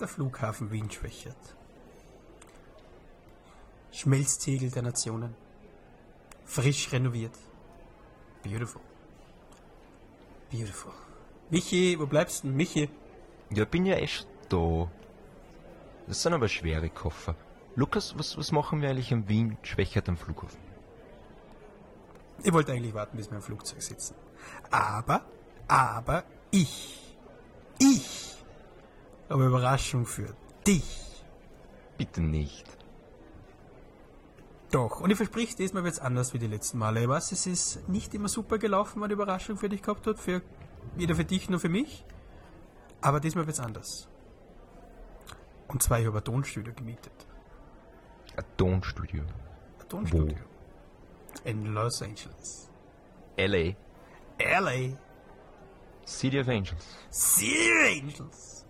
Der Flughafen Wien schwächert. Schmelztiegel der Nationen. Frisch renoviert. Beautiful. Beautiful. Michi, wo bleibst du? Michi? Ja, bin ja echt da. Das sind aber schwere Koffer. Lukas, was, was machen wir eigentlich in Wien schwächert am Flughafen? Ich wollte eigentlich warten, bis wir im Flugzeug sitzen. Aber, aber ich, ich habe Überraschung für dich. Bitte nicht. Doch, und ich verspreche, diesmal wird es anders wie die letzten Male. Ich weiß, es ist nicht immer super gelaufen, weil die Überraschung für dich gehabt hat, für, weder für dich noch für mich. Aber diesmal wird es anders. Und zwar, ich habe ein Tonstudio gemietet. Ein Tonstudio. Ein Tonstudio. In Los Angeles. LA. LA. City of Angels. Sea Angels.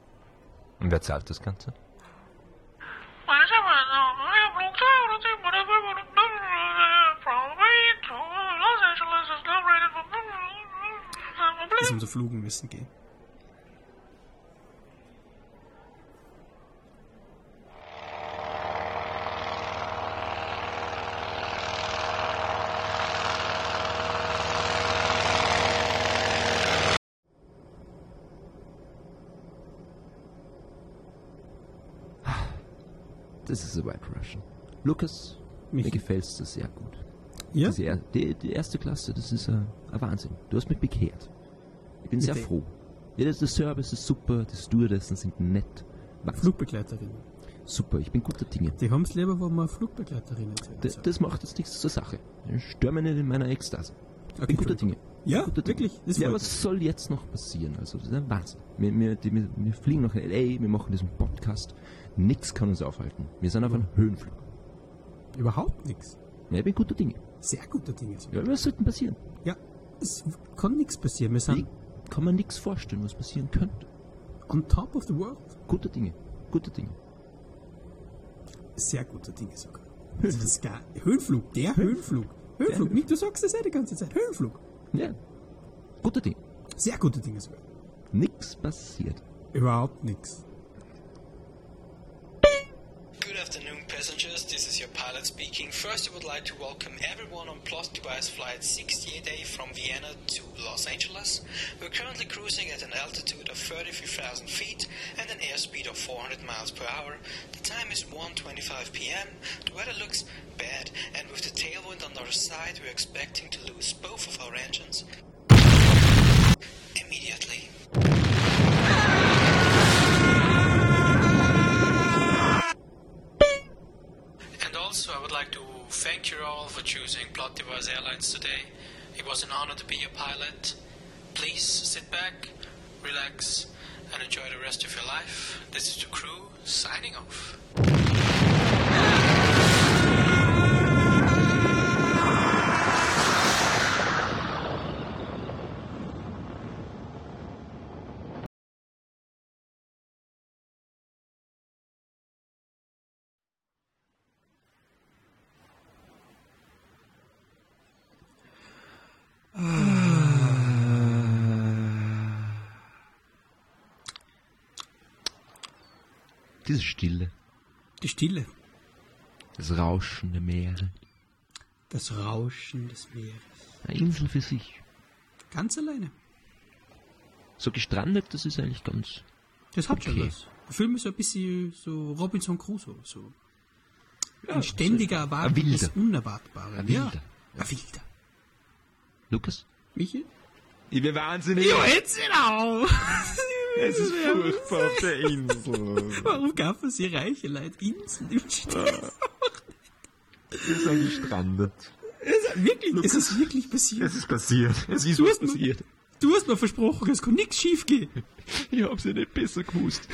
Und wer zahlt das Ganze? Das unser Flugen müssen gehen. Das ist a White Russian. Lukas, Michi. mir gefällt's das sehr gut. Ja? Diese er die, die erste Klasse, das ist ein, ein Wahnsinn. Du hast mich bekehrt. Ich bin sehr dem- froh. Ja, das, der Service ist super, die Stewardessen sind nett. Wahnsinn. Flugbegleiterinnen. Super, ich bin guter Dinge. Die haben es lieber, wo man Flugbegleiterinnen sind. D das macht jetzt nichts zur Sache. Stör mich nicht in meiner Ekstase. Ich Okay, bin guter Dinge. Ja, Guter Dinge. wirklich. Das ja, freut was soll jetzt noch passieren? Also, das ist ein Wahnsinn. Wir, wir, die, wir, wir fliegen nach L.A., wir machen diesen Podcast. Nichts kann uns aufhalten. Wir sind auf einem Höhenflug. mich. Überhaupt nichts. Ja, ich bin guter Dinge. Sehr guter Dinge. sogar. Ja, was sollte denn passieren? Ja, es kann nichts passieren. Wir Ich sind kann mir nichts vorstellen, was passieren könnte. on top of the world. Gute Dinge, gute Dinge. Sehr guter Dinge sogar. Also das ist gar, Höhenflug, der Höhenflug. Höhenflug, nicht, du sagst das ja die ganze Zeit. Höhenflug. Ja, gute Dinge. Sehr gute Dinge sogar. Nichts passiert. Überhaupt nichts. Good afternoon, passengers. This is your pilot speaking. First, I would like to welcome everyone on Plus Device Flight 68A from Vienna to Los Angeles. We're currently cruising at an altitude of 33,000 feet and an airspeed of 400 miles per hour. The time is 1:25 p.m. The weather looks bad, and with the tailwind on our side, we're expecting to lose both of our engines immediately. And also, I would like to thank you all for choosing Plot Device Airlines today. It was an honor to be your pilot. Please sit back, relax, and enjoy the rest of your life. This is the crew signing off. Diese Stille, Die Stille, das Rauschen der Meere. das Rauschen des Meeres. Eine Insel für sich. Ganz alleine. So gestrandet, das ist eigentlich ganz. Das hat schon Okay. was. Der Film ist ein bisschen so Robinson Crusoe. So. ein ständiger Erwarten ein Wilder. des Unerwartbaren. Ein ja. Wilder. Ein Wilder. Lukas? Michi? Ich bin wahnsinnig. jetzt auf! es ist furchtbar auf der Insel. Warum gab es hier reiche Leute Inseln im Stern? Wir sind gestrandet. Wirklich, es ist wirklich passiert. ist passiert. Es ist Du hast, mir, du hast mir versprochen, es kann nichts schief gehen. Ich hab's ja nicht besser gewusst.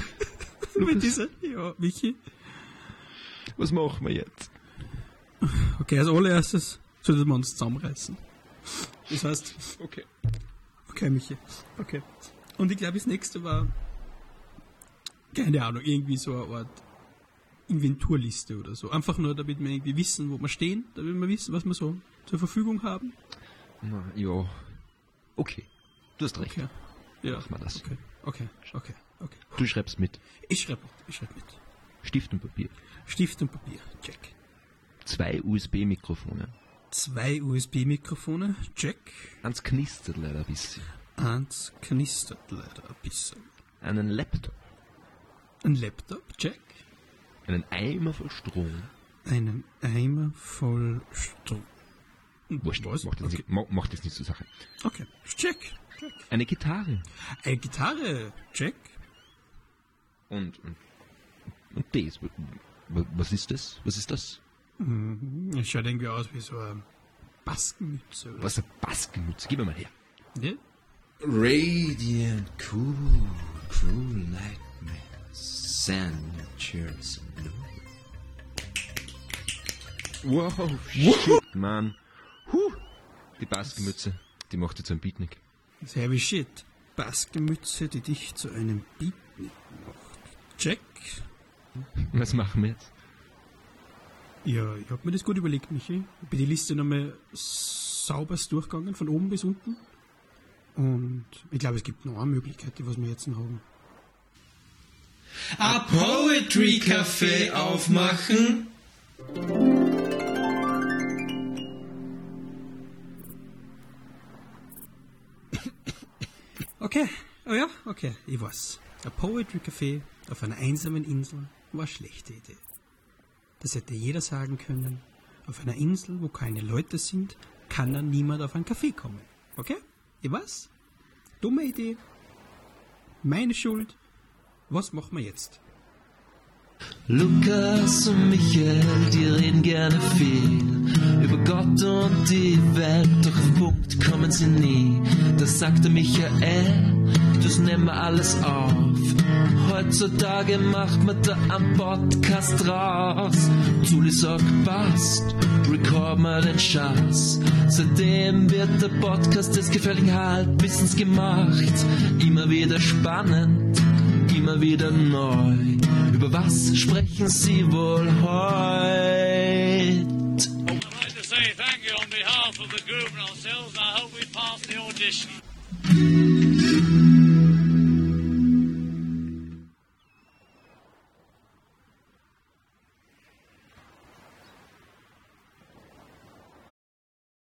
Mit dieser, ja, Michi. Was machen wir jetzt? Okay, als allererstes sollten wir uns zusammenreißen. Das heißt, Okay. Okay, Michi. Okay. Und ich glaube, das nächste war, keine Ahnung, irgendwie so eine Art Inventurliste oder so. Einfach nur, damit wir irgendwie wissen, wo wir stehen, damit wir wissen, was wir so zur Verfügung haben. Na, ja. Okay. Du hast recht. Ja. ja. Mach mal das. Okay, okay, okay. Okay. Du schreibst mit. Ich schreibe mit. Ich schreibe mit. Stift und Papier. Stift und Papier. Check. Zwei USB-Mikrofone. Zwei USB-Mikrofone. Check. Eins knistert leider ein bisschen. Eins knistert leider ein bisschen. Einen Laptop. Ein Laptop. Check. Einen Eimer voll Strom. Einen Eimer voll Strom. Wurscht, Was? Macht, jetzt Okay. nicht, ma- macht jetzt nicht zur Sache. Okay. Check. Check. Eine Gitarre. Eine Gitarre. Check. Und, und, und das. W- w- Was ist das? Was ist das? Das schaut irgendwie aus wie so eine Baskenmütze. Oder? Was ist eine Baskenmütze? Gib mir mal her. Ne? Radiant, cool, cruel nightmare, signatures, blue. Wow, shit, Mann. Huh. Die Baskenmütze. Die macht jetzt ein Beatnik. Das ist heavy shit. Baskenmütze, die dich zu einem Beatnik macht. Check. Was machen wir jetzt? Ja, ich hab mir das gut überlegt, Michi. Ich bin die Liste nochmal sauberst durchgegangen, von oben bis unten. Und ich glaube, es gibt noch eine Möglichkeit, die was wir jetzt noch haben. A Poetry Café aufmachen? Okay, oh ja, okay, ich weiß. Ein Poetry Café auf einer einsamen Insel war eine schlechte Idee. Das hätte jeder sagen können. Auf einer Insel, wo keine Leute sind, kann dann niemand auf ein Café kommen. Okay? Ich weiß. Dumme Idee. Meine Schuld. Was machen wir jetzt? Lukas und Michael, die reden gerne viel über Gott und die Welt, doch auf den Punkt kommen sie nie. Das sagte Michael, das nehmen wir alles auf. Heutzutage macht man da am Podcast draus. Zuli sagt, passt, record mal den Schatz. Seitdem wird der Podcast des gefährlichen Halbwissens gemacht. Immer wieder spannend immer wieder neu. Über was sprechen Sie wohl heut? I'd like to say thank you on behalf of the group and ourselves. I hope we pass the audition.